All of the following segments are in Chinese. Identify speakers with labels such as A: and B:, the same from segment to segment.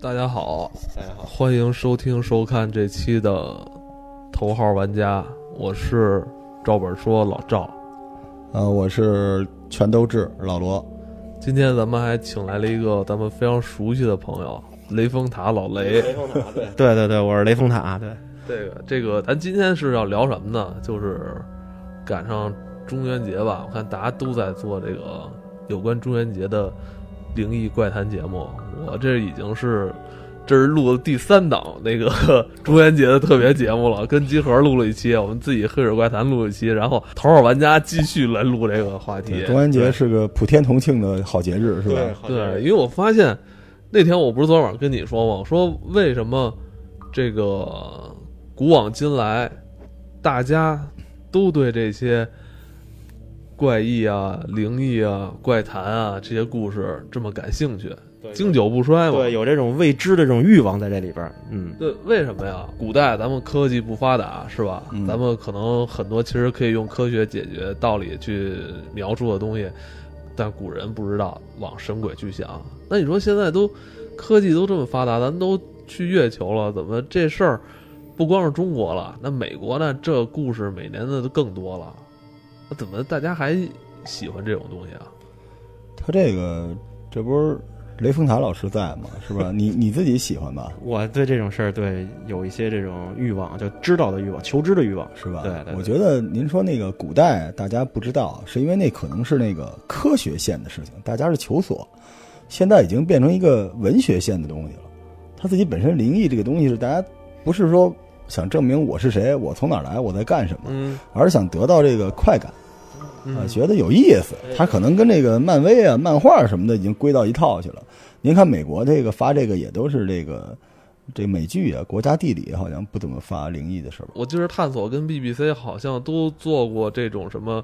A: 大家好，
B: 大家好，
A: 欢迎收听收看这期的头号玩家，我是赵本说老赵。
B: 呃，我是全都治老罗，
A: 今天咱们还请来了一个咱们非常熟悉的朋友，雷峰塔老雷。
B: 风塔对，
C: 对对对，我是雷峰塔，对，
A: 这个这个，咱今天是要聊什么呢？就是赶上中元节吧，我看大家都在做这个有关中元节的灵异怪谈节目。我这已经是这是录的第三档那个中元节的特别节目了， 跟集合录了一期，我们自己黑水怪谈录一期，然后头号玩家继续来录这个话题。
B: 中元节
A: 对
B: 是个普天同庆的好节日，是吧？
A: 对，因为我发现那天我不是昨天晚上跟你说吗？我说为什么这个古往今来，大家都对这些怪异啊、灵异啊、怪谈啊这些故事这么感兴趣，经久不衰嘛。
C: 对，有这种未知的这种欲望在这里边儿，嗯，
A: 对，为什么呀？古代咱们科技不发达，是吧？
B: 嗯
A: 咱们可能很多其实可以用科学解决道理去描述的东西，但古人不知道往神鬼去想。那你说现在都科技都这么发达，咱们都去月球了，怎么这事儿不光是中国了？那美国呢？这故事每年的都更多了，那怎么大家还喜欢这种东西啊？
B: 他这个这不是雷峰塔老师在吗？是吧？你你自己喜欢吧？
C: 我对这种事儿，对有一些这种欲望，就知道的欲望，求知的欲望，
B: 是吧？
C: 对对对
B: 我觉得您说那个古代大家不知道，是因为那可能是那个科学线的事情，大家是求索，现在已经变成一个文学线的东西了。他自己本身灵异这个东西是大家不是说想证明我是谁，我从哪儿来，我在干什么，
A: 嗯，
B: 而是想得到这个快感。啊，
A: 嗯
B: 觉得有意思
A: 对。
B: 他可能跟这个漫威啊、漫画什么的已经归到一套去了。您看美国这个发这个也都是这个这美剧啊，国家地理好像不怎么发灵异的事儿吧？
A: 我记得探索跟 BBC 好像都做过这种什么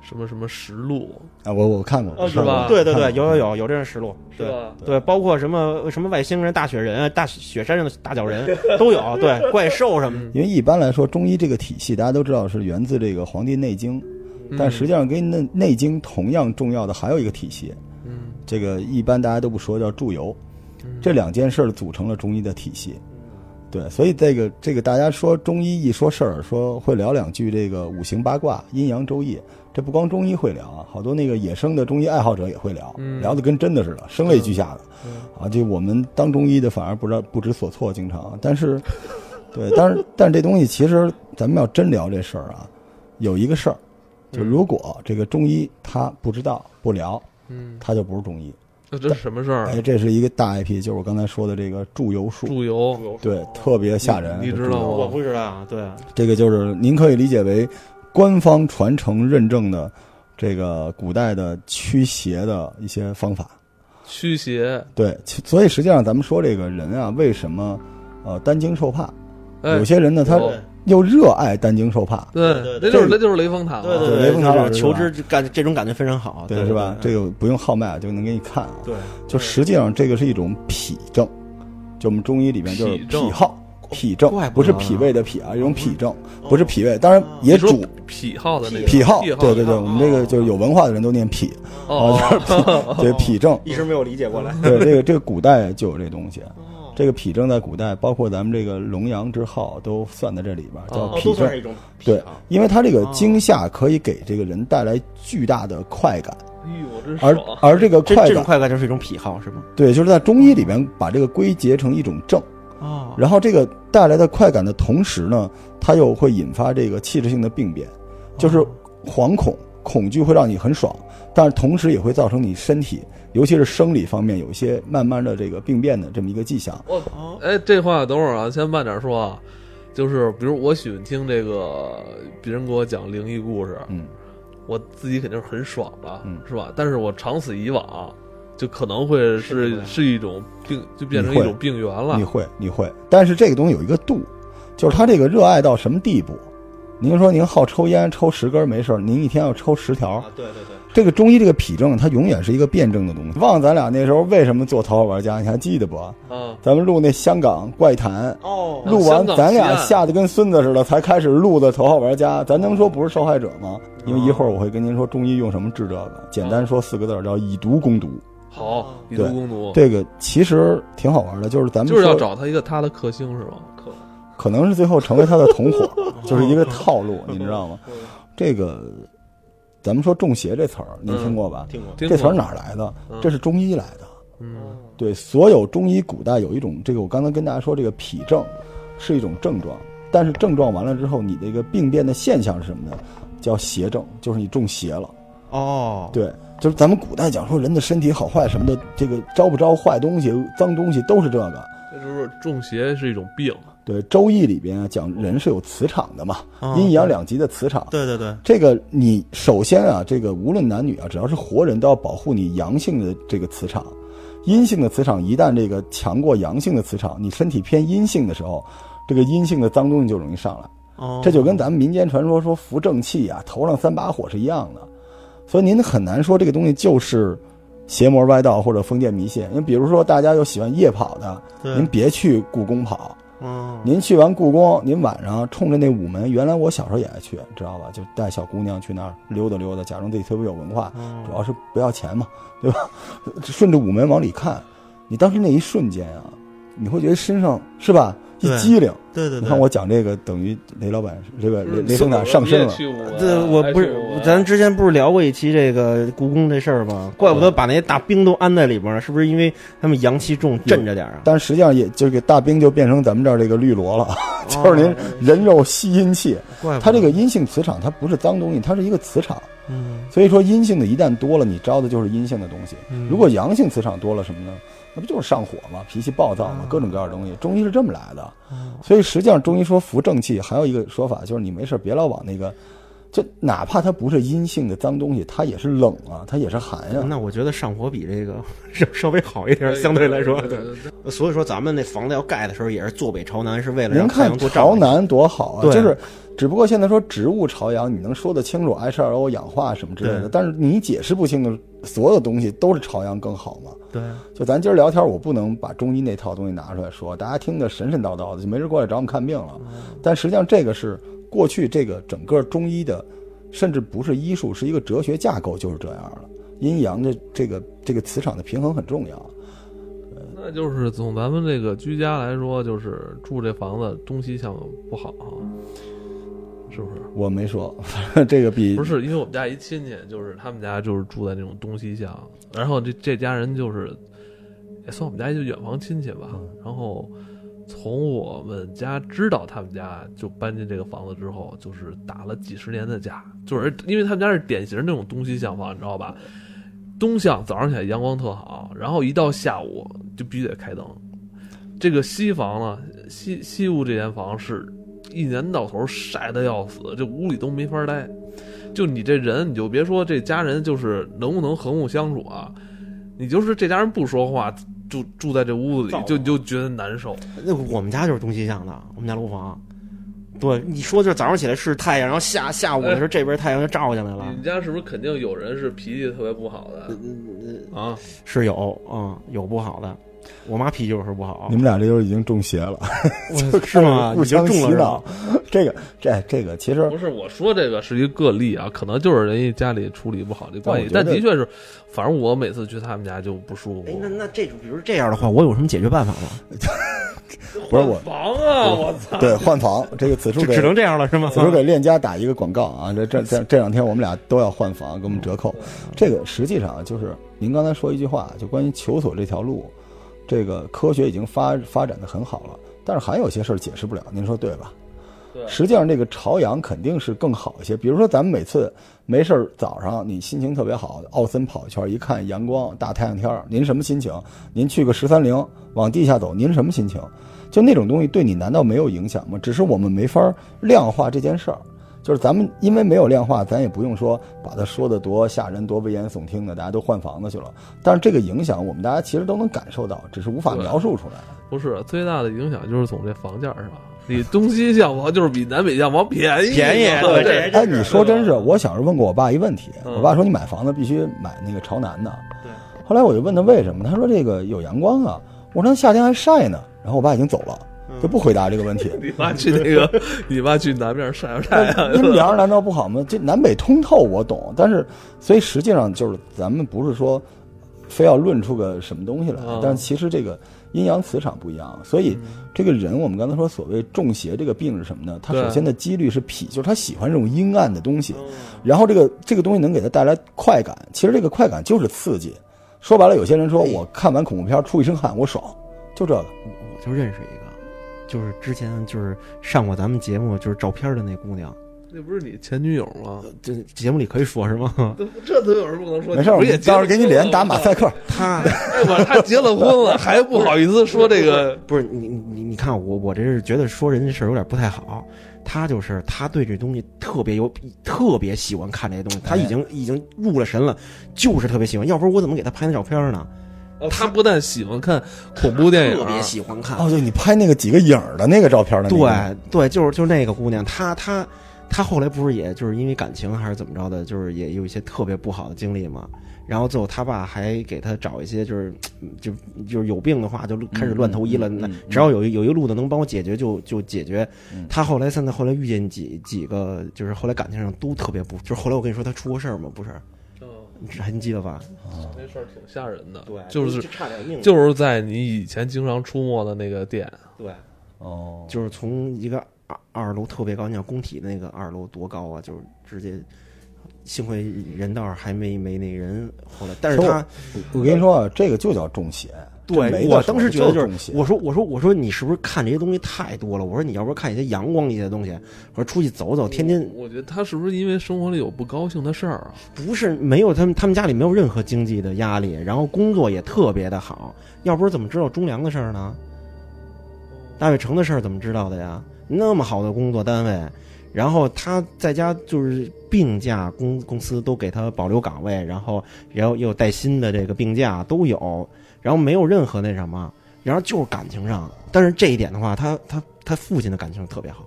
A: 什么什么实录，
B: 啊，我我看过，我
A: 哦是
B: 看过
A: 吧
C: 对对对，
B: 看过
C: 有有有有这种实录，
A: 是
C: 对
A: 吧？
C: 对，包括什么什么外星人、大雪人啊、大雪山上的大脚人都有，对，怪兽什么的，
B: 因为一般来说，中医这个体系大家都知道是源自这个《黄帝内经》，
A: 嗯
B: 但实际上跟内内经同样重要的还有一个体系，
A: 嗯，
B: 这个一般大家都不说叫祝由，这两件事儿组成了中医的体系。对，所以这个这个大家说中医一说事儿，说会聊两句这个五行八卦、阴阳周易，这不光中医会聊啊，好多那个野生的中医爱好者也会聊，
A: 嗯
B: 聊的跟真的似的，声泪俱下的。
A: 嗯
B: 啊，就我们当中医的反而不知道不知所措，经常。但是，对，但是但是这东西其实咱们要真聊这事儿啊，有一个事儿，就如果这个中医他不知道不聊，
A: 嗯，
B: 他就不是中医。
A: 那这是什么事儿？啊
B: 哎，这是一个大 IP，就是我刚才说的这个祝由术，
A: 祝由，
B: 对，特别吓人。
A: 你你
B: 这
A: 知
B: 祝
A: 道
B: 由
A: 吗
C: 我不知道啊，对，
B: 这个就是您可以理解为官方传承认证的这个古代的驱邪的一些方法。
A: 驱邪，
B: 对，其所以实际上咱们说这个人啊，为什么呃担惊受怕？
A: 哎啊
B: 有，些人呢，他
A: 有
B: 又热爱担惊受怕，
A: 对，
C: 对
A: 那
C: 对
A: 就是
B: 这
A: 那就是雷峰塔嘛，
C: 对
B: 对
C: 对，
B: 雷锋塔老师
C: 就是
B: 是
C: 求
B: 吧
C: 知这感这种感觉非常好，对，
B: 是吧？这
C: 个
B: 个不用号脉就能给你看啊。
C: 对，
B: 就实际上这个是一种痞症，就我们中医里面就是
A: 痞症
B: 癖好。痞症
C: 怪
B: 不
C: 不得
B: 是
C: 哦呢
B: 脾胃的痞啊，一种痞症不是脾胃，当然也
A: 你说
B: 主
A: 癖好的那个
B: 癖好，对
A: 癖
B: 对对，我们这个就是有文化的人都念啊痞，
A: 哦，
B: 对痞症，
C: 一直没有理解过来，
B: 对这个这个古代就有这东西，这个痞症在古代，包括咱们这个龙阳之好都算在这里边，叫
A: 哦
B: 痞症。
C: 一种
B: 对，因为它这个
C: 哦
B: 惊吓可以给这个人带来巨大的快感，
A: 哎呦，真
B: 而
A: 爽，
B: 而这个
C: 这
B: 快
C: 这
B: 感，
C: 种快感就是一种癖好，是吗？
B: 对，就是在中医里边把这个归结成一种症，
C: 哦，
B: 然后这个带来的快感的同时呢，它又会引发这个器质性的病变，就是惶恐、恐惧会让你很爽，但是同时也会造成你身体，尤其是生理方面有一些慢慢的这个病变的这么一个迹象。
C: 哦，
A: 哎，这话等会儿啊，先慢点说啊。就是，比如我喜欢听这个别人给我讲灵异故事，
B: 嗯，
A: 我自己肯定是很爽的，
B: 嗯
A: 是吧？但是我长此以往，就可能会
C: 是
A: 是
C: 的
A: 是一种病，就变成一
B: 你会
A: 种病源了
B: 你。会你会，但是这个东西有一个度，就是他这个热爱到什么地步。您说您好抽烟，抽十根没事儿，您一天要抽十条，
C: 啊对对对。
B: 这个中医这个痞症，它永远是一个辩证的东西。忘咱俩那时候为什么做《头号玩家》，你还记得不？
A: 啊，
B: 咱们录那香港怪谈，
C: 哦
B: 录完
A: 香港
B: 咱
A: 奇
B: 俩
A: 案
B: 吓得跟孙子似的，才开始录的《头号玩家》，咱能说不是受
A: 哦
B: 害者吗？因为一会儿我会跟您说中医用什么治这个，简单说四个字儿叫以毒攻毒。
C: 哦
A: 好，以毒攻毒，
B: 这个其实挺好玩的，就是咱们
A: 哦就是要
B: 说
A: 找他一个他的克星是吧？克，
B: 可能是最后成为他的 同伙，就是一个套路，你知道
A: 哦
B: 吗？这个咱们说中邪这词儿，你听过吧？
C: 听过，
A: 嗯听
B: 这词儿
A: 过
B: 哪儿来的
A: 嗯？
B: 这是中医来的。
A: 嗯
B: 对，所有中医古代有一种这个，我刚才跟大家说，这个痞症是一种症状，但是症状完了之后，你这个病变的现象是什么呢？叫邪症，就是你中邪了。
C: 哦，
B: 对，就是咱们古代讲说人的身体好坏什么的，这个招不招坏东西、脏东西都是这个。
A: 这就是中邪是一种病，
B: 对，《周易》里边啊讲人是有磁场的嘛，
C: 哦
B: 阴阳两极的磁场。
C: 对对对，
B: 这个你首先啊，这个无论男女啊，只要是活人，都要保护你阳性的这个磁场。阴性的磁场一旦这个强过阳性的磁场，你身体偏阴性的时候，这个阴性的脏东西就容易上来。
C: 哦，
B: 这就跟咱们民间传说说扶正气啊，头上三把火是一样的。所以您很难说这个东西就是邪魔歪道或者封建迷信。因为比如说大家有喜欢夜跑的，
C: 对
B: 您别去故宫跑，
C: 嗯
B: 您去完故宫，您晚上冲着那午门，原来我小时候也爱去，知道吧？就带小姑娘去那儿溜达溜达，假装自己特别有文化，
C: 哦
B: 主要是不要钱嘛，对吧？顺着午门往里看，你当时那一瞬间啊，你会觉得身上是吧一
C: 对
B: 激灵。
C: 对
B: 你
C: 对对，
B: 看我讲这个，等于雷老板这个
A: 就是
B: 呃雷雷生长上身了
A: 你也。去武啊
C: 这我不
A: 还
C: 是
A: 去武啊，
C: 咱之前不是聊过一期这个故宫这事儿吗？怪不得把那些大兵都安在里边儿，是不是因为他们阳气重，镇着点儿啊？
B: 但实际上也就给大兵就变成咱们这儿这个绿萝了， 就是您
C: 哦，
B: 人肉吸阴气。
C: 怪不得
B: 它这个，阴性磁场，它不是脏东西，它是一个磁场。
C: 嗯，
B: 所以说阴性的一旦多了，你招的就是阴性的东西。
C: 嗯
B: 如果阳性磁场多了什么呢？那不就是上火嘛，脾气暴躁
C: 啊
B: 嘛，各种各样的东西。中医是这么来的，所以实际上中医说扶正气，还有一个说法就是你没事儿别老往那个，就哪怕它不是阴性的脏东西，它也是冷啊，它也是寒呀、
C: 嗯那我觉得上火比这个 稍稍微好一点，相对来说，
A: 对对对
C: 所以说咱们那房子要盖的时候也是坐北朝南，是为了
B: 您
C: 让太
B: 看
C: 阳多照
B: 朝
C: 一些。
B: 南多好啊，
C: 对
B: 就是，只不过现在说植物朝阳，你能说得清楚 H 2 O 氧化什么之类的，
C: 对
B: 但是你解释不清楚，所有东西都是朝阳更好嘛。
C: 对，
B: 就咱今儿聊天，我不能把中医那套东西拿出来说，大家听得神神叨叨的，就没人过来找我们看病了。
C: 嗯
B: 但实际上，这个是过去这个整个中医的，甚至不是医术，是一个哲学架构，就是这样了。阴阳的这个这个磁场的平衡很重要。
A: 那就是从咱们这个居家来说，就是住这房子东西向不好啊，是不是？
B: 我没说，这个比
A: 不是，因为我们家一亲戚，就是他们家就是住在那种东西巷，然后这这家人就是也算我们家一个远房亲戚吧。然后从我们家知道他们家就搬进这个房子之后，就是打了几十年的架，就是因为他们家是典型那种东西向房，你知道吧？东向早上起来阳光特好，然后一到下午就必须得开灯。这个西房呢，西西屋这间房是一年到头晒得要死，这屋里都没法待。就你这人，你就别说这家人就是能不能和睦相处啊，你就是这家人不说话，住住在这屋子里
C: 造，
A: 就你就觉得难受。
C: 那我们家就是东西向的，我们家楼房。对，你说就是早上起来是太阳，然后下下午的时候这边太阳就照进来了
A: 你，们家是不是肯定有人是脾气特别不好的啊？
C: 是有，嗯，有不好的。我妈脾气有时候不好
B: 你，们俩这就是已经中邪了，
C: 我是吗？
B: 互
C: 啊已经
B: 相洗
C: 中了是吧
B: 脑？。这个这这个其实
A: 不是，我说这个是一个例啊，可能就是人家家里处理不好这关系，
B: 但我
A: 但
B: 觉得
A: 的确是，反正我每次去他们家就不舒
C: 哎
A: 服，。
C: 那那这种，比如这样的话，我有什么解决办法吗？
B: 不是我
A: 换房啊，我操！
B: 对换房，这个此处
C: 就
B: 给
C: 只能这样了是吗？
B: 此处给链家打一个广告啊！这这这这两天我们俩都要换房，给我们折扣。这个实际上啊就是您刚才说一句话，就关于求索这条路，这个科学已经发发展的很好了，但是还有些事儿解释不了，您说对吧？
A: 对
B: 实际上这个朝阳肯定是更好一些。比如说咱们每次没事儿早上你心情特别好，奥森跑一圈，一看阳光大太阳天儿，您什么心情？您去个十三陵往地下走，您什么心情？就那种东西对你难道没有影响吗？只是我们没法儿量化这件事儿。就是咱们因为没有量化，咱也不用说把它说的多吓人、多危言耸听的，大家都换房子去了。但是这个影响，我们大家其实都能感受到，只是无法
A: 对
B: 描述出来。
A: 不是最大的影响就是从这房价上，你东西向房就是比南北向房便宜，
C: 便宜
A: 我操
C: 对这
B: 哎，你说真是，
A: 对
B: 我小时候问过我爸一问题，
A: 嗯
B: 我爸说你买房子必须买那个朝南的。
C: 对，
B: 后来我就问他为什么，他说这个有阳光啊。我说那夏天还晒呢。然后我爸已经走了，就不回答这个问题。
A: 你妈去那个，你妈去南面晒晒啊太阳去
B: 阴
A: 了。
B: 阳难道不好吗？这南北通透我懂，但是所以实际上就是咱们不是说非要论出个什么东西来
A: 啊。
B: 但其实这个阴阳磁场不一样，所
A: 嗯
B: 以这个人，我们刚才说所谓中邪这个病是什么呢？他
A: 对嗯
B: 首先的几率是痞，就是他喜欢这种阴暗的东西，然后这个这个东西能给他带来快感，其实这个快感就是刺激。说白了，有些人说
C: 哎
B: 我看完恐怖片出一身汗，我爽，就这个。
C: 嗯我就认识一个，就是之前就是上过咱们节目就是照片的那姑娘，呃
A: 那不是你前女友吗？
C: 这节目里可以说是吗？
A: 这这都有什么不能说？
B: 没事，我
A: 不是也嗯
B: 们
A: 结了
B: 到时候给你
A: 婚了
B: 脸打马赛克。
C: 她
A: 哎，我他结了婚了，还不好意思说这个。
C: 不是你你你看我我这是觉得说人家事儿有点不太好，她就是她对这东西特别有特别喜欢看这些东西，她已经已经入了神了，就是特别喜欢，要不然我怎么给她拍那照片呢？
A: 他不但喜欢看恐怖电影，啊
C: 特别喜欢看，
A: 嗯
B: 哦，对，你拍那个几个影儿的那个照片的、那个，
C: 对对，就是就是那个姑娘，她她她后来不是也就是因为感情还是怎么着的，就是也有一些特别不好的经历嘛。然后最后他爸还给她找一些就是嗯就就是有病的话就开始乱投医了，
B: 嗯嗯
C: 那
B: 嗯
C: 只要有一有一路子能帮我解决就就解决
B: 嗯。
C: 她后来现在后来遇见几几个就是后来感情上都特别不，就是后来我跟你说她出过事儿嘛，不是，
A: 嗯，
C: 你这还记得吧？
A: 那事儿挺吓人的。
C: 就是
A: 是
C: 差点命
A: 就是在你以前经常出没的那个店，
C: 对。
B: 哦，
C: 就是从一个二二楼特别高，你想工体那个二楼多高啊，就是直接，幸亏人倒是还没没那人后来，但是
B: 说
C: 他
B: 我跟你说啊，这个就叫中邪。这没
C: 对
B: 得
C: 我
B: 说
C: 当时觉得
B: 这
C: 就
B: 中邪
C: 是，我说我说我说你是不是看这些东西太多了？我说你要不是看一些阳光一些的东西，我说出去走
B: 哦
C: 走，天天
A: 我觉得他是不是因为生活里有不高兴的事儿啊？
C: 不是没有他们他们家里没有任何经济的压力，然后工作也特别的好，要不是怎么知道忠良的事儿呢？大悦城的事儿怎么知道的呀？那么好的工作单位，然后他在家就是病假，公公司都给他保留岗位，然后然后又带薪的这个病假都有，然后没有任何那什么，然后就是感情上，但是这一点的话，他他他父亲的感情特别好，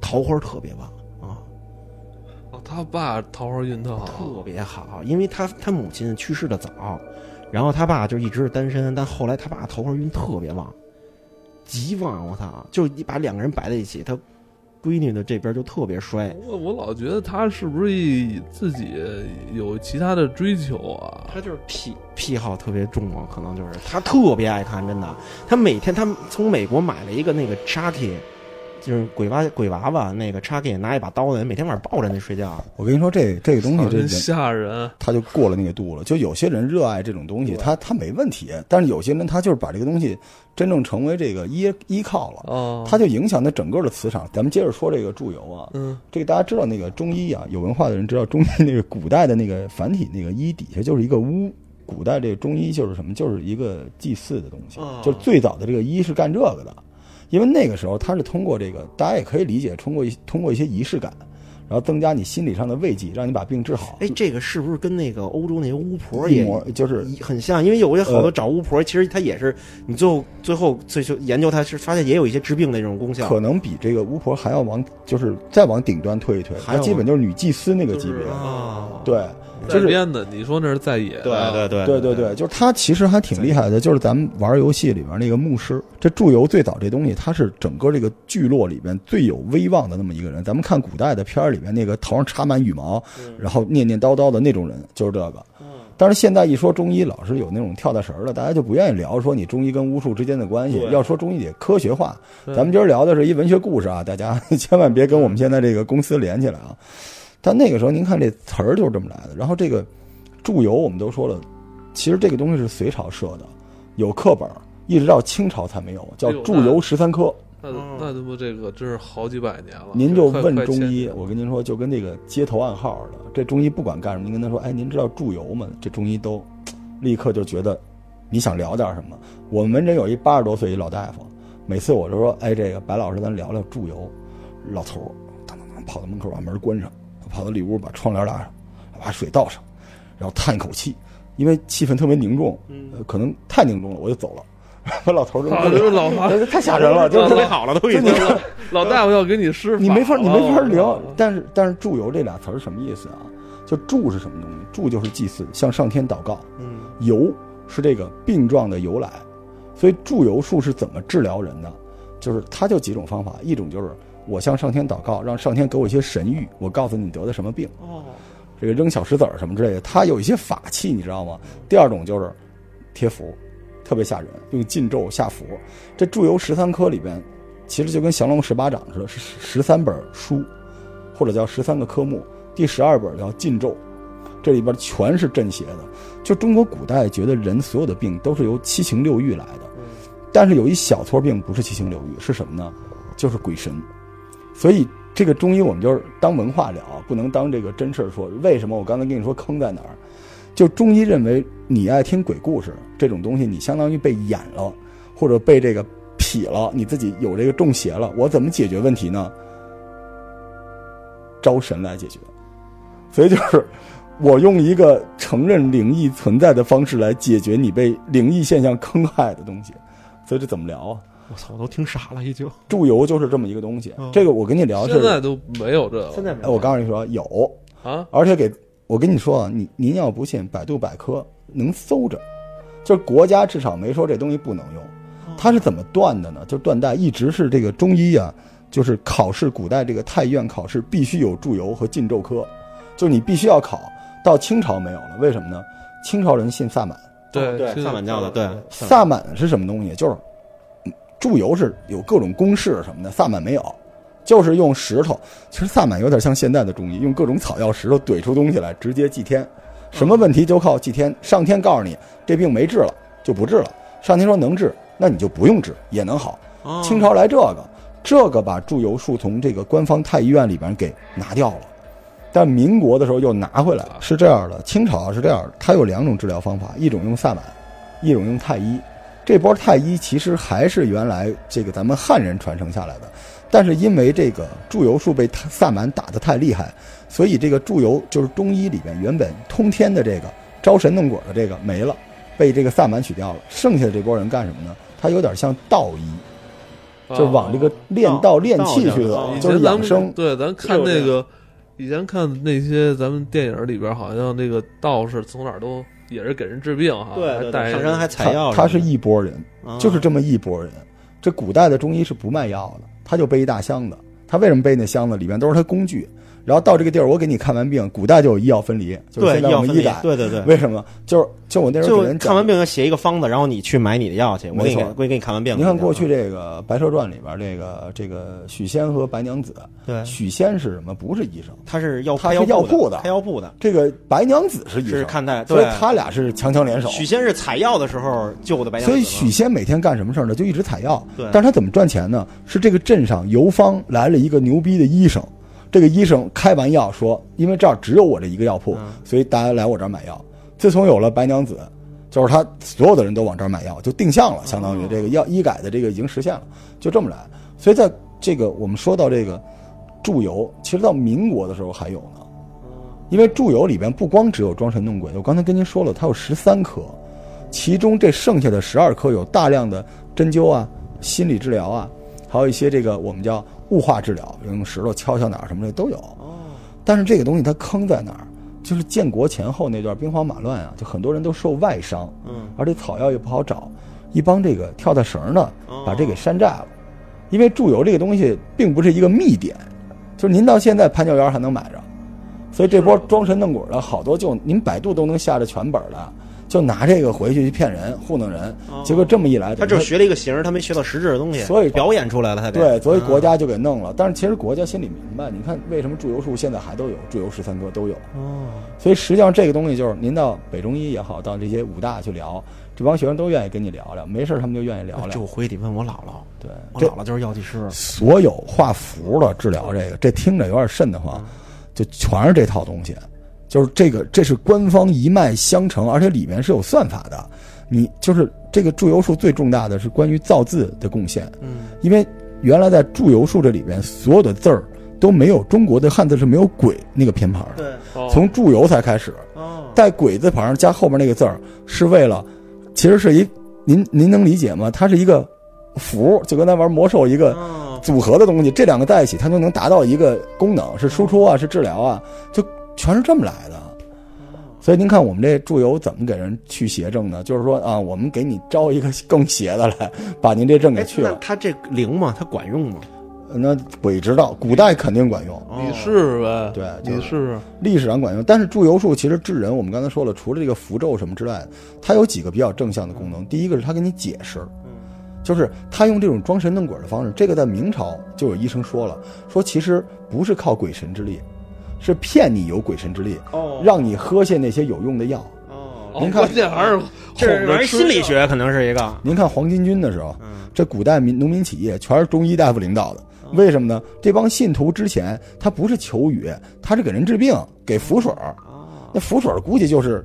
C: 桃花特别旺啊。
A: 哦，他爸桃花运特好
C: 特，别好，因为他他母亲去世的早，然后他爸就一直是单身，但后来他爸头发晕特别旺，极旺，啊我操！就你把两个人摆在一起，他闺女的这边就特别衰，
A: 我我老觉得他是不是一自己有其他的追求啊？
C: 他就是癖癖好特别重嘛，可能就是他特别爱看，真的，他每天他从美国买了一个那个 Chucky。就是鬼娃鬼娃娃那个 Chucky 拿一把刀子，每天晚上抱着那睡觉。
B: 我跟你说，这这个东西，这
A: 真
B: 人
A: 吓人。
B: 他就过了那个度了。就有些人热爱这种东西，他他没问题，但是有些人他就是把这个东西真正成为这个依依靠了，
A: 哦，
B: 他就影响他整个的磁场。咱们接着说这个祝由啊，
A: 嗯，
B: 这个大家知道那个中医啊，有文化的人知道中医那个古代的那个繁体那个医底下就是一个巫。古代这个中医就是什么？就是一个祭祀的东西
C: 哦，
B: 就是最早的这个医是干这个的，因为那个时候它是通过这个，大家也可以理解，通过一通过一些仪式感，然后增加你心理上的慰藉，让你把病治好。
C: 哎，这个是不是跟那个欧洲那些巫婆
B: 一
C: 也
B: 模就是呃
C: 一很像，因为有些好多找巫婆，其实她也是，你最后最后最后研究她是发现也有一些治病的这种功效
B: 可。能比这个巫婆还要往，就是再往顶端推一推，
C: 还
B: 它
C: 有
B: 基本就是女祭司那个级别。
A: 就是
C: 啊
B: 对，
A: 在
B: 就是
A: 编的，你说那是在野的，啊
C: 对
B: 对对对，就是它其实还挺厉害的，就是咱们玩游戏里边那个牧师，这祝由最早这东西，他是整个这个聚落里边最有威望的那么一个人。咱们看古代的片儿里边那个头上插满羽毛，然后念念叨叨的那种人，就是这个。但是现在一说中医，老是有那种跳大神儿的，大家就不愿意聊说你中医跟巫术之间的关系。
C: 对
B: 要说中医得科学化，
A: 对
B: 咱们今儿聊的是一文学故事啊，大家千万别跟我们现在这个公司连起来啊。但那个时候，您看这词儿就是这么来的。然后这个祝由，我们都说了，其实这个东西是隋朝设的，有课本儿，一直到清朝才没有，叫
A: 哎呦
B: 祝由十三科。
A: 那那他妈这个真是好几百年了。
B: 您就
A: 快
B: 问
A: 快
B: 中
A: 千
B: 医，
A: 年
B: 我跟您说，就跟那个街头暗号似的，这中医不管干什么，您跟他说，哎，您知道祝由吗？这中医都立刻就觉得你想聊点什么。我们门诊有一八十多岁一老大夫，每次我就说，哎，这个白老师，咱聊聊祝由。老头儿当当当跑到门口把门关上，跑到里屋把窗帘拉上，把水倒上，然后叹一口气，因为气氛特别凝重，呃可能太凝重了，我就走了。 把老头儿扔
A: 啊，
B: 屋
A: 这
B: 里
A: 是老华，
B: 了，太吓人了，就是
C: 特别好了，都已
B: 就
C: 经
B: 你。
A: 老大夫要给你施法了，啊
B: 你没法，你没法聊
A: 我。
B: 但是，但是“祝由”这俩词儿是什么意思啊？就“祝”是什么东西？“祝”就是祭祀，向上天祷告。
C: 嗯，
B: 由是这个病状的由来，所以祝由术是怎么治疗人的？就是它就几种方法，一种就是我向上天祷告，让上天给我一些神谕，我告诉你得的什么病，
C: 哦，
B: 这个扔小石子儿什么之类的，它有一些法器，你知道吗？第二种就是贴符，特别吓人，用禁咒下符。这祝由十三科里边，其实就跟降龙十八掌似的，是十三本书，或者叫十三个科目。第十二本叫禁咒，这里边全是镇邪的。就中国古代觉得人所有的病都是由七情六欲来的，但是有一小撮病不是七情六欲，是什么呢？就是鬼神。所以这个中医我们就是当文化聊，不能当这个真事儿说。为什么我刚才跟你说坑在哪儿？就中医认为你爱听鬼故事这种东西，你相当于被演了，或者被这个痞了，你自己有这个中邪了。我怎么解决问题呢？招神来解决。所以就是我用一个承认灵异存在的方式来解决你被灵异现象坑害的东西。所以这怎么聊啊？
C: 我操，我都听傻了，已经。
B: 祝由就是这么一个东西
C: 哦。
B: 这个我跟你聊
A: 现在
B: 是，
A: 都没有这
C: 现
A: 个
C: 在没
B: 哎，
C: 有
B: 我告诉你说有，
A: 啊，
B: 而且给我跟你说啊，你您要不信，百度百科能搜着，就是国家至少没说这东西不能用。它是怎么断的呢？就断代一直是这个中医啊，就是考试古代这个太医院考试必须有祝由和禁咒科，就你必须要考。到清朝没有了，为什么呢？清朝人信萨满，
C: 哦对
A: 现在啊
C: 萨满教的，对
B: 萨满是什么东西？就是嗯祝由是有各种公式什么的，萨满没有，就是用石头。其实萨满有点像现在的中医，用各种草药、石头怼出东西来，直接祭天。什么问题就靠祭天，上天告诉你这病没治了就不治了，上天说能治，那你就不用治也能好。
C: 哦
B: 清朝来这个，这个把祝由术从这个官方太医院里边给拿掉了，但民国的时候又拿回来了。是这样的，清朝是这样的，它有两种治疗方法，一种用萨满，一种用太医。这波太医其实还是原来这个咱们汉人传承下来的，但是因为这个祝由术被太萨满打得太厉害，所以这个祝由就是中医里边原本通天的这个招神弄鬼的这个没了，被这个萨满取掉了。剩下的这波人干什么呢？他有点像道医，
A: 啊
B: 就往这个练道练气去
C: 道
B: 走
C: 道，
A: 以前哦
B: 就是
A: 咱
B: 养
A: 们
B: 生。
A: 对，咱看
C: 就是
A: 那
C: 这
A: 个，以前看那些咱们电影里边，好像那个道士从哪儿都也是给人治病哈，
C: 对对，
A: 带
C: 对上山还采
B: 他
C: 药什么的，
B: 他是一拨人，
C: 啊
B: 就是这么一拨人。这古代的中医是不卖药的，他就背一大箱子。他为什么背那箱子？里面都是他工具。然后到这个地儿，我给你看完病，古代就有医药分离，就是
C: 对
B: 现在我
C: 药
B: 们
C: 分
B: 医
C: 离
B: 改。
C: 对对对。
B: 为什么？就是就我那时候给
C: 就
B: 人
C: 看
B: 讲
C: 完，病要写一个方子，然后你去买你的药去。我给
B: 没
C: 你，
B: 错
C: 我给你看完病。
B: 您看过去这个《白蛇传》里边这个这个许仙和白娘子，
C: 对，
B: 许仙是什么？不是医生，
C: 他是药，
B: 他是
C: 开
B: 药
C: 药
B: 铺的
C: 开药铺的，
B: 这个白娘子是医
C: 是
B: 生，
C: 看待。
B: 所以
C: 对
B: 他俩是强强联手。
C: 许仙是采药的时候救的白娘
B: 所
C: 子
B: 以
C: 嘛，
B: 许仙每天干什么事儿呢？就一直采药。
C: 对
B: 但是他怎么赚钱呢？是这个镇上游方来了一个牛逼的医生，这个医生开完药说，因为这儿只有我这一个药铺，
C: 嗯
B: 所以大家来我这儿买药。自从有了白娘子，就是他所有的人都往这儿买药，就定向
C: 嗯
B: 了，相当于这个药医改的这个已经实现了，就这么来。所以在这个我们说到这个祝由，其实到民国的时候还有呢。
C: 嗯
B: 因为祝由里边不光只有装神弄鬼，我刚才跟您说了，它有十三科，其中这剩下的十二科有大量的针灸啊、心理治疗啊，还有一些这个我们叫物化治疗，用石头敲敲哪儿什么的都有。
C: 哦
B: 但是这个东西它坑在哪儿？就是建国前后那段兵荒马乱啊，就很多人都受外伤，
C: 嗯，
B: 而且草药也不好找，一帮这个跳大绳的
C: 哦
B: 把这给山寨了。因为祝由这个东西并不是一个密点，就是您到现在潘教园还能买着，所以这波装神弄鬼的好多就您百度都能下着全本的，就拿这个回去去骗人糊弄人，结果这么一来，
C: 哦他
B: 等
C: 就
B: 于
C: 学了一个形儿，他没学到实质的东西，
B: 所以
C: 表演出来了，他给
B: 对，所以国家就给弄了。但是其实国家心里明白，你看为什么祝由术现在还都有，祝由十三科都有，
C: 哦，
B: 所以实际上这个东西就是您到北中医也好，到这些武大去聊，这帮学生都愿意跟你聊聊，没事儿他们就愿意聊
C: 这
B: 聊
C: 我。回去得问我姥姥，
B: 对，
C: 哎我
B: 这
C: 姥姥就是药剂师，
B: 所有画符的治疗这个，这听着有点瘆得
C: 嗯
B: 慌，就全是这套东西，就是这个，这是官方一脉相承，而且里面是有算法的。你就是这个祝由术最重大的是关于造字的贡献，
C: 嗯，
B: 因为原来在祝由术这里边所有的字儿都没有中国的汉字是没有“鬼”那个偏旁的，
C: 对，
A: 哦
B: 从祝由才开始，
C: 哦，
B: 带“鬼”字旁加后面那个字儿，是为了，其实是一您您能理解吗？它是一个符，就跟咱玩魔兽一个
C: 哦
B: 组合的东西，这两个在一起，它就能达到一个功能，是输出啊，是治疗啊，就全是这么来的。所以您看，我们这祝由怎么给人去邪正呢？就是说啊，我们给你招一个更邪的来，把您这正
C: 哎
B: 给去
C: 那
B: 了。
C: 他这灵吗？他管用吗？
B: 那鬼知道，古代肯定管用，
C: 哦
A: 你试试呗，
B: 对就
A: 你啊
B: 是
A: 试试，
B: 历史上管用。但是祝由术其实治人，我们刚才说了，除了这个符咒什么之外，它有几个比较正向的功能。第一个是它给你解释，
C: 嗯
B: 就是他用这种装神弄鬼的方式，这个在明朝就有医生说了，说其实不是靠鬼神之力，是骗你有鬼神之力，
C: 哦
B: 让你喝下那些有用的药。
C: 哦，
A: 哦
B: 您，看
A: 关键还是
C: 这
A: 哄着
C: 玩意儿
A: 吃
C: 心理学可能是一个，
B: 您看黄巾军的时候，
C: 嗯哦
B: 这古代民农民起义全是中医大夫领导的，为什么呢？这帮信徒之前他不是求雨，他是给人治病，给符水儿
C: 啊，
B: 那符水儿估计就是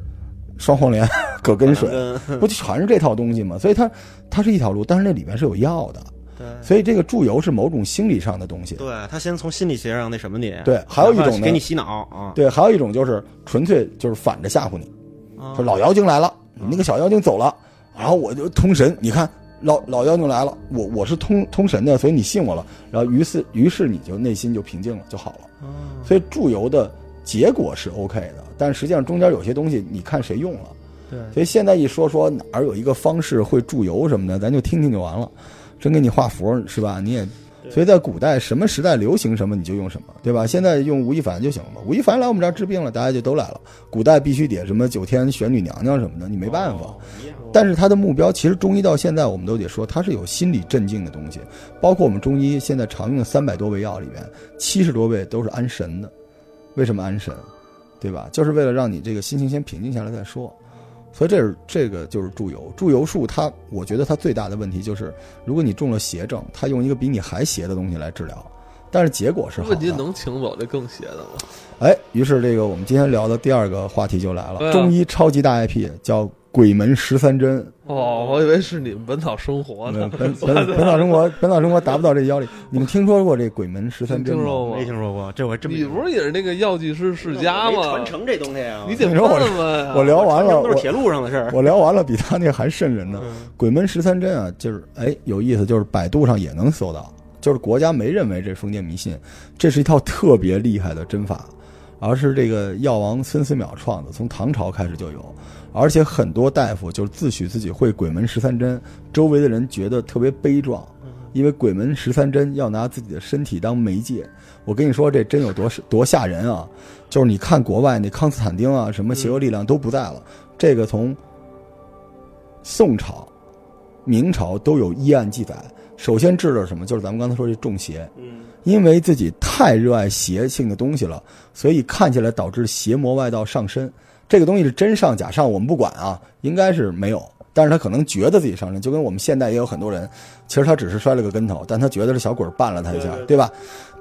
B: 双黄连、 葛根水，
C: 嗯
B: 不就全是这套东西吗？所以它它是一条路，但是那里面是有药的，
C: 对
B: 所以这个祝由是某种心理上的东西。
C: 对，他先从心理学上那什么你，
B: 对还有一种呢
C: 给你洗脑啊，
B: 对，还有一种就是纯粹就是反着吓唬你，
C: 啊
B: 说老妖精来了，你那个小妖精走了，然后我就通神，你看老老妖精来了，我我是通通神的，所以你信我了，然后于是于是你就内心就平静了就好了。
C: 啊
B: 所以祝由的结果是 OK 的，但实际上中间有些东西你看谁用了。
C: 对，
B: 所以现在一说说哪儿有一个方式会祝由什么的，咱就听听就完了。真给你画符是吧？你也，所以在古代什么时代流行什么你就用什么，对吧？现在用吴亦凡就行了嘛。吴亦凡来我们这儿治病了，大家就都来了。古代必须得什么九天玄女娘娘什么的，你没办法。
C: 哦，一样
B: 但是他的目标，其实中医到现在我们都得说，它是有心理镇静的东西。包括我们中医现在常用的三百多味药里边，七十多味都是安神的。为什么安神？对吧？就是为了让你这个心情先平静下来再说。所以这是这个就是祝由祝由术它，我觉得它最大的问题就是，如果你中了邪症，它用一个比你还邪的东西来治疗，但是结果是好
A: 问题
B: 的。
A: 能请走这更邪的吗？
B: 哎，于是这个我们今天聊的第二个话题就来
A: 对
B: 了，
A: 啊
B: 中医超级大 IP 叫《鬼门十三针》。
A: 哦，我以为是你们本草生活
B: 嗯
A: 呢，
B: 本本本草生活，本草生活达不到这要求。你们听说过这鬼门十三针
A: 听
B: 吗？
A: 说过
C: 没
A: 吗？
C: 听说过，这我还真没
A: 你不是也是那个药剂师世家
C: 没
A: 吗
C: 传？承这东西啊，
A: 你得
B: 你
A: 问
B: 说我
A: 问呀。
B: 我聊完了，
C: 都
B: 我
C: 是铁路上的事儿。
B: 我聊完了，比他那还瘆人呢。
C: 嗯
B: 鬼门十三针啊，就是哎有意思，就是百度上也能搜到，就是国家没认为这封建迷信，这是一套特别厉害的针法，而是这个药王孙思邈创的，从唐朝开始就有，而且很多大夫就是自诩自己会鬼门十三针，周围的人觉得特别悲壮。因为鬼门十三针要拿自己的身体当媒介，我跟你说这针有多多吓人啊！就是你看国外那康斯坦丁啊，什么邪恶力量都不在了，这个从宋朝、明朝都有医案记载。首先治的是什么？就是咱们刚才说这中邪，
C: 嗯，
B: 因为自己太热爱邪性的东西了，所以看起来导致邪魔外道上身。这个东西是真上假上，我们不管啊，应该是没有。但是他可能觉得自己上身，就跟我们现代也有很多人，其实他只是摔了个跟头，但他觉得是小鬼绊了他一下，对吧？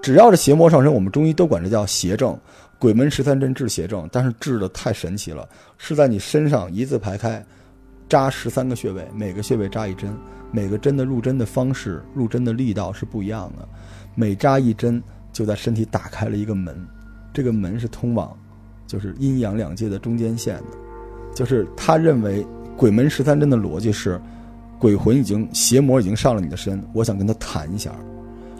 B: 只要是邪魔上身，我们中医都管这叫邪症。鬼门十三针治邪症，但是治的太神奇了，是在你身上一字排开，扎十三个穴位，每个穴位扎一针，每个针的入针的方式、入针的力道是不一样的。每扎一针，就在身体打开了一个门，这个门是通往，就是阴阳两界的中间线的。就是他认为鬼门十三针的逻辑是，鬼魂已经邪魔已经上了你的身，我想跟他谈一下，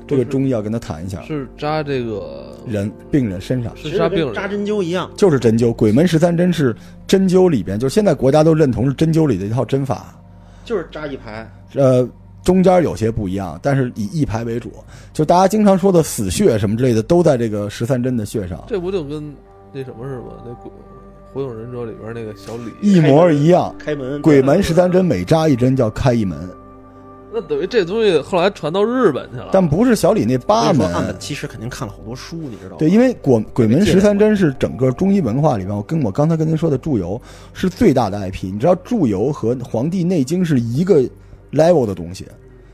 B: 这个中医要跟他谈一下，
A: 是扎这个
B: 人病人身上。
A: 是扎病
C: 扎
A: 人，
C: 针灸一样。
B: 就是针灸，鬼门十三针是针灸里边，就是现在国家都认同是针灸里的一套针法，
C: 就是扎一排，
B: 呃，中间有些不一样，但是以一排为主，就大家经常说的死穴什么之类的，都在这个十三针的穴上，
A: 这不就跟那什么似的吗？那鬼《火影忍者》里边那个小李，
B: 一模一样。
C: 开门
B: 鬼门十三针每扎一针叫开一门，
A: 那等于这东西后来传到日本去了。
B: 但不是小李那八
C: 我跟你
B: 门
C: 说，岸本其实肯定看了好多书，你知道吗？
B: 对，因为鬼鬼门十三针是整个中医文化里面，我跟我刚才跟您说的祝由是最大的 IP。你知道祝由和《黄帝内经》是一个 level 的东西，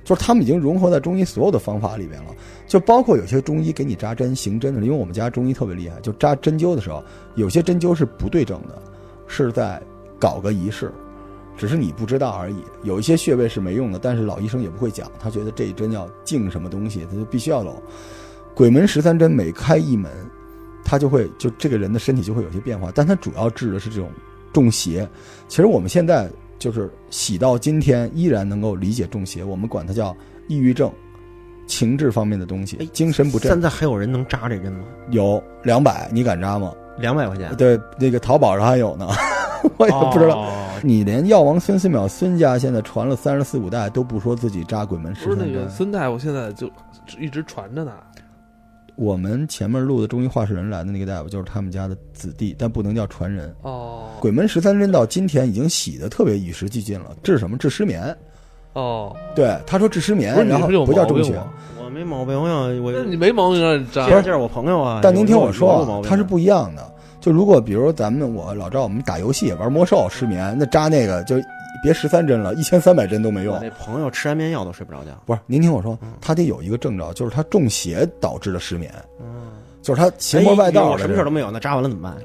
B: 就是他们已经融合在中医所有的方法里面了，就包括有些中医给你扎针行针的，因为我们家中医特别厉害，就扎针灸的时候，有些针灸是不对症的，是在搞个仪式。只是你不知道而已，有一些穴位是没用的，但是老医生也不会讲，他觉得这一针要静什么东西，他就必须要走。鬼门十三针每开一门，他就会就这个人的身体就会有些变化，但他主要治的是这种中邪。其实我们现在就是喜到今天依然能够理解中邪，我们管它叫抑郁症、情志方面的东西
C: 哎，
B: 精神不振
C: 现。在还有人能扎这针吗？
B: 有两百，你敢扎吗？
A: 哎
C: 两百块 钱，
B: 对，那个淘宝上还有呢，我也不知道。
C: 哦
B: 你连药王孙思邈孙家现在传了三十四五代都不说自己扎鬼门
A: 不
B: 十
A: 是
B: 三
A: 那
B: 针
A: 个，孙大夫现在就一直传着呢，
B: 我们前面录的中医话事人来的那个大夫就是他们家的子弟，但不能叫传人。
A: 哦
B: 鬼门十三针到今天已经洗的特别与时俱进了，治什么？治失眠。
A: 哦，
B: 对，他说治失眠
A: 不是，你
B: 哎然后
A: 是有
B: 不叫
A: 毛
B: 中
A: 病
B: 邪。
A: 吗？
C: 我没毛病，我想我
A: 那你没毛病啊让你扎
C: 这是这是我朋友啊。
B: 但您听
C: 有
B: 我说
C: 有毛
B: 啊，
C: 病
B: 它是不一样的。就如果比如咱们我老赵我们打游戏玩魔兽失眠，那扎那个就别十三针了，一千三百针都没
C: 我
B: 用
C: 那。朋友吃安眠药都睡不着觉。
B: 不是，您听我说
C: 嗯，
B: 他得有一个征兆，就是他中邪导致的失眠，
C: 嗯，
B: 就是他邪魔外
C: 哎
B: 道
C: 我
B: 的
C: 什
B: 人
C: 么事儿都没有，那扎完了怎么办？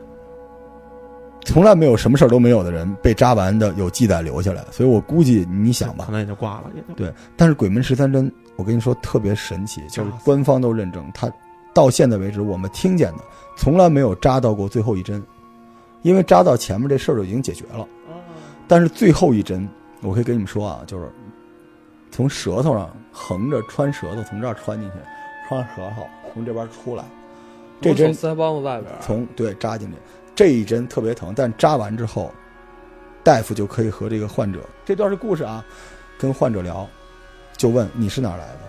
B: 从来没有什么事儿都没有的人被扎完的有记载留下来，所以我估计你想吧
C: 可，能也就挂了，也就
B: 对。但是鬼门十三针，我跟你说特别神奇，就是
C: 扎死
B: 官方都认证，它到现在为止我们听见的从来没有扎到过最后一针，因为扎到前面这事儿就已经解决了。但是最后一针，我可以跟你们说啊，就是从舌头上横着穿舌头，从这儿穿进去，穿上舌头从这边出来，这针
A: 手腮帮子外边儿，
B: 从对扎进去，这一针特别疼，但扎完之后，大夫就可以和这个患者，这段是故事啊，跟患者聊，就问你是哪儿来的，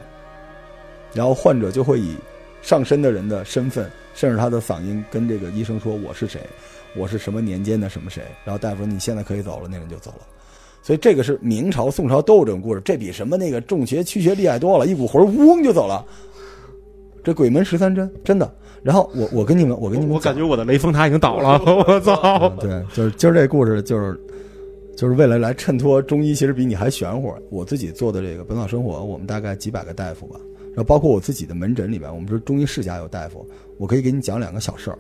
B: 然后患者就会以上身的人的身份，甚至他的嗓音跟这个医生说我是谁，我是什么年间的什么谁，然后大夫说你现在可以走了，那人就走了。所以这个是明朝、宋朝都有这种故事，这比什么那个中邪、驱邪厉害多了，一股魂儿嗡嗡就走了。这鬼门十三针真的。然后我我跟你们，我跟你们
C: 我
B: 讲
C: 感觉我的雷峰塔已经倒 了，我操！
B: 嗯对，就是今儿这故事就是就是为了来衬托中医其实比你还玄乎。我自己做的这个本草生活，我们大概几百个大夫吧，然后包括我自己的门诊里边，我们说中医世家有大夫，我可以给你讲两个小事儿，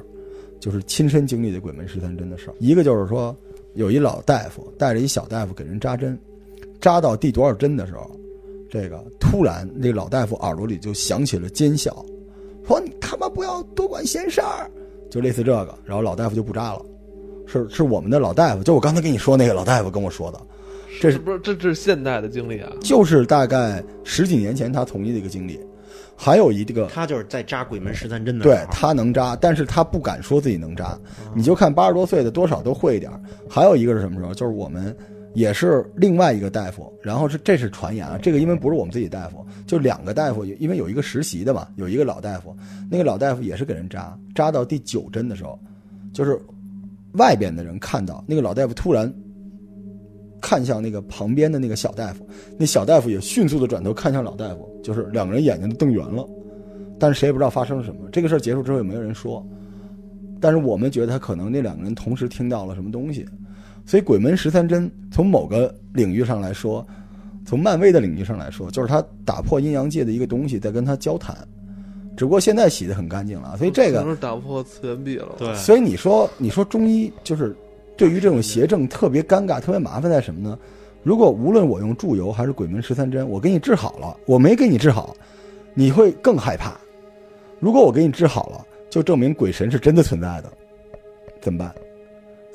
B: 就是亲身经历的鬼门十三针的事儿。一个就是说，有一老大夫带着一小大夫给人扎针，扎到第多少针的时候，这个突然那老大夫耳朵里就响起了尖笑，说你他妈不要多管闲事儿，就类似这个，然后老大夫就不扎了。是是我们的老大夫，就我刚才跟你说那个老大夫跟我说的，这是
A: 不是这这是现代的经历啊？
B: 就是大概十几年前他同意的一个经历。还有一个，
C: 他就是在扎鬼门十三针的时啊候，
B: 对他能扎，但是他不敢说自己能扎，你就看八十多岁的多少都会一点儿。还有一个是什么时候？就是我们也是另外一个大夫，然后是这是传言啊，这个因为不是我们自己大夫，就两个大夫，因为有一个实习的嘛，有一个老大夫，那个老大夫也是给人扎，扎到第九针的时候，就是外边的人看到那个老大夫突然看向那个旁边的那个小大夫，那小大夫也迅速的转头看向老大夫，就是两个人眼睛都瞪圆了，但是谁也不知道发生了什么。这个事儿结束之后也没有人说，但是我们觉得他可能那两个人同时听到了什么东西，所以鬼门十三针从某个领域上来说，从漫威的领域上来说，就是他打破阴阳界的一个东西在跟他交谈，只不过现在洗的很干净了，所以这个
A: 可能是打破次元壁了。，
C: 对，
B: 所以你说，你说中医就是对于这种邪症特别尴尬、特别麻烦在什么呢？如果无论我用祝由还是鬼门十三针，我给你治好了，我没给你治好，你会更害怕。如果我给你治好了，就证明鬼神是真的存在的，怎么办？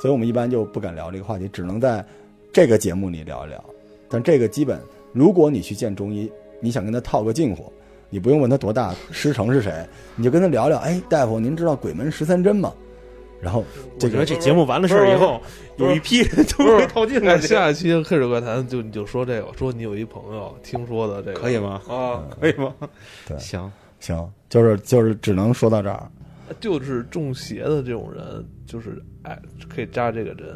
B: 所以我们一般就不敢聊这个话题，只能在这个节目里聊一聊。但这个基本，如果你去见中医，你想跟他套个近乎，你不用问他多大师承是谁，你就跟他聊聊。哎，大夫，您知道鬼门十三针吗？然后
C: 我
B: 这
C: 觉
B: 个
C: 得这节目完了事儿以后，有一批人
A: 不
C: 都会
A: 是
C: 套近
A: 哎，
C: 了，
A: 下一期《黑水怪谈》就你就说这个，说你有一朋友听说的这个，
C: 可以吗？
A: 啊？
C: 可以吗？
B: 对
C: 行，
B: 行，就是就是只能说到这儿。
A: 就是中邪的这种人，就是哎，可以扎这个针。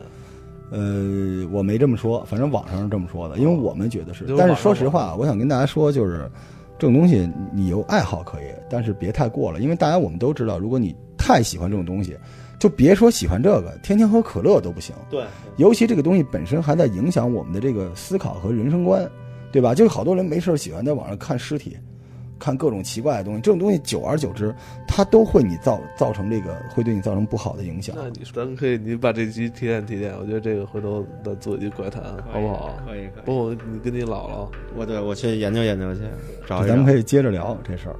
B: 呃，我没这么说，反正网上是这么说的，因为我们觉得是
A: 哦就是。
B: 但是
A: 网上
B: 说实
A: 网
B: 话，我想跟大家说，就是这种东西，你有爱好可以，但是别太过了，因为大家我们都知道，如果你太喜欢这种东西，就别说喜欢这个，天天喝可乐都不行。
C: 对，
B: 尤其这个东西本身还在影响我们的这个思考和人生观，对吧？就好多人没事儿喜欢在网上看尸体，看各种奇怪的东西，这种东西久而久之，它都会你造造成这个会对你造成不好的影响。
A: 那你说，咱可以，你把这期提炼提炼，我觉得这个回头咱做一期怪谈，好不好？
C: 可以，可以。
A: 不，你跟你姥姥，
C: 我对我去研究研究去，找一
B: 咱们
C: 找。
B: 可以接着聊这事儿，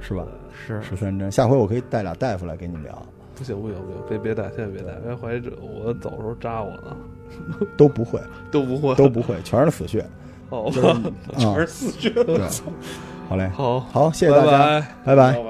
B: 是吧？
C: 是
B: 十三针，下回我可以带俩大夫来跟你聊，
A: 不行不行不行，别别带，现在别带，别怀疑这我走的时候扎我呢，
B: 都不会，
A: 都不会，
B: 都不会，全是死穴。
A: 好
B: 就是
A: 吧？
B: 啊，
C: 四句，
B: 对，好嘞，
A: 好，
B: 好，谢谢大家，
A: 拜拜
B: 拜拜
C: 拜。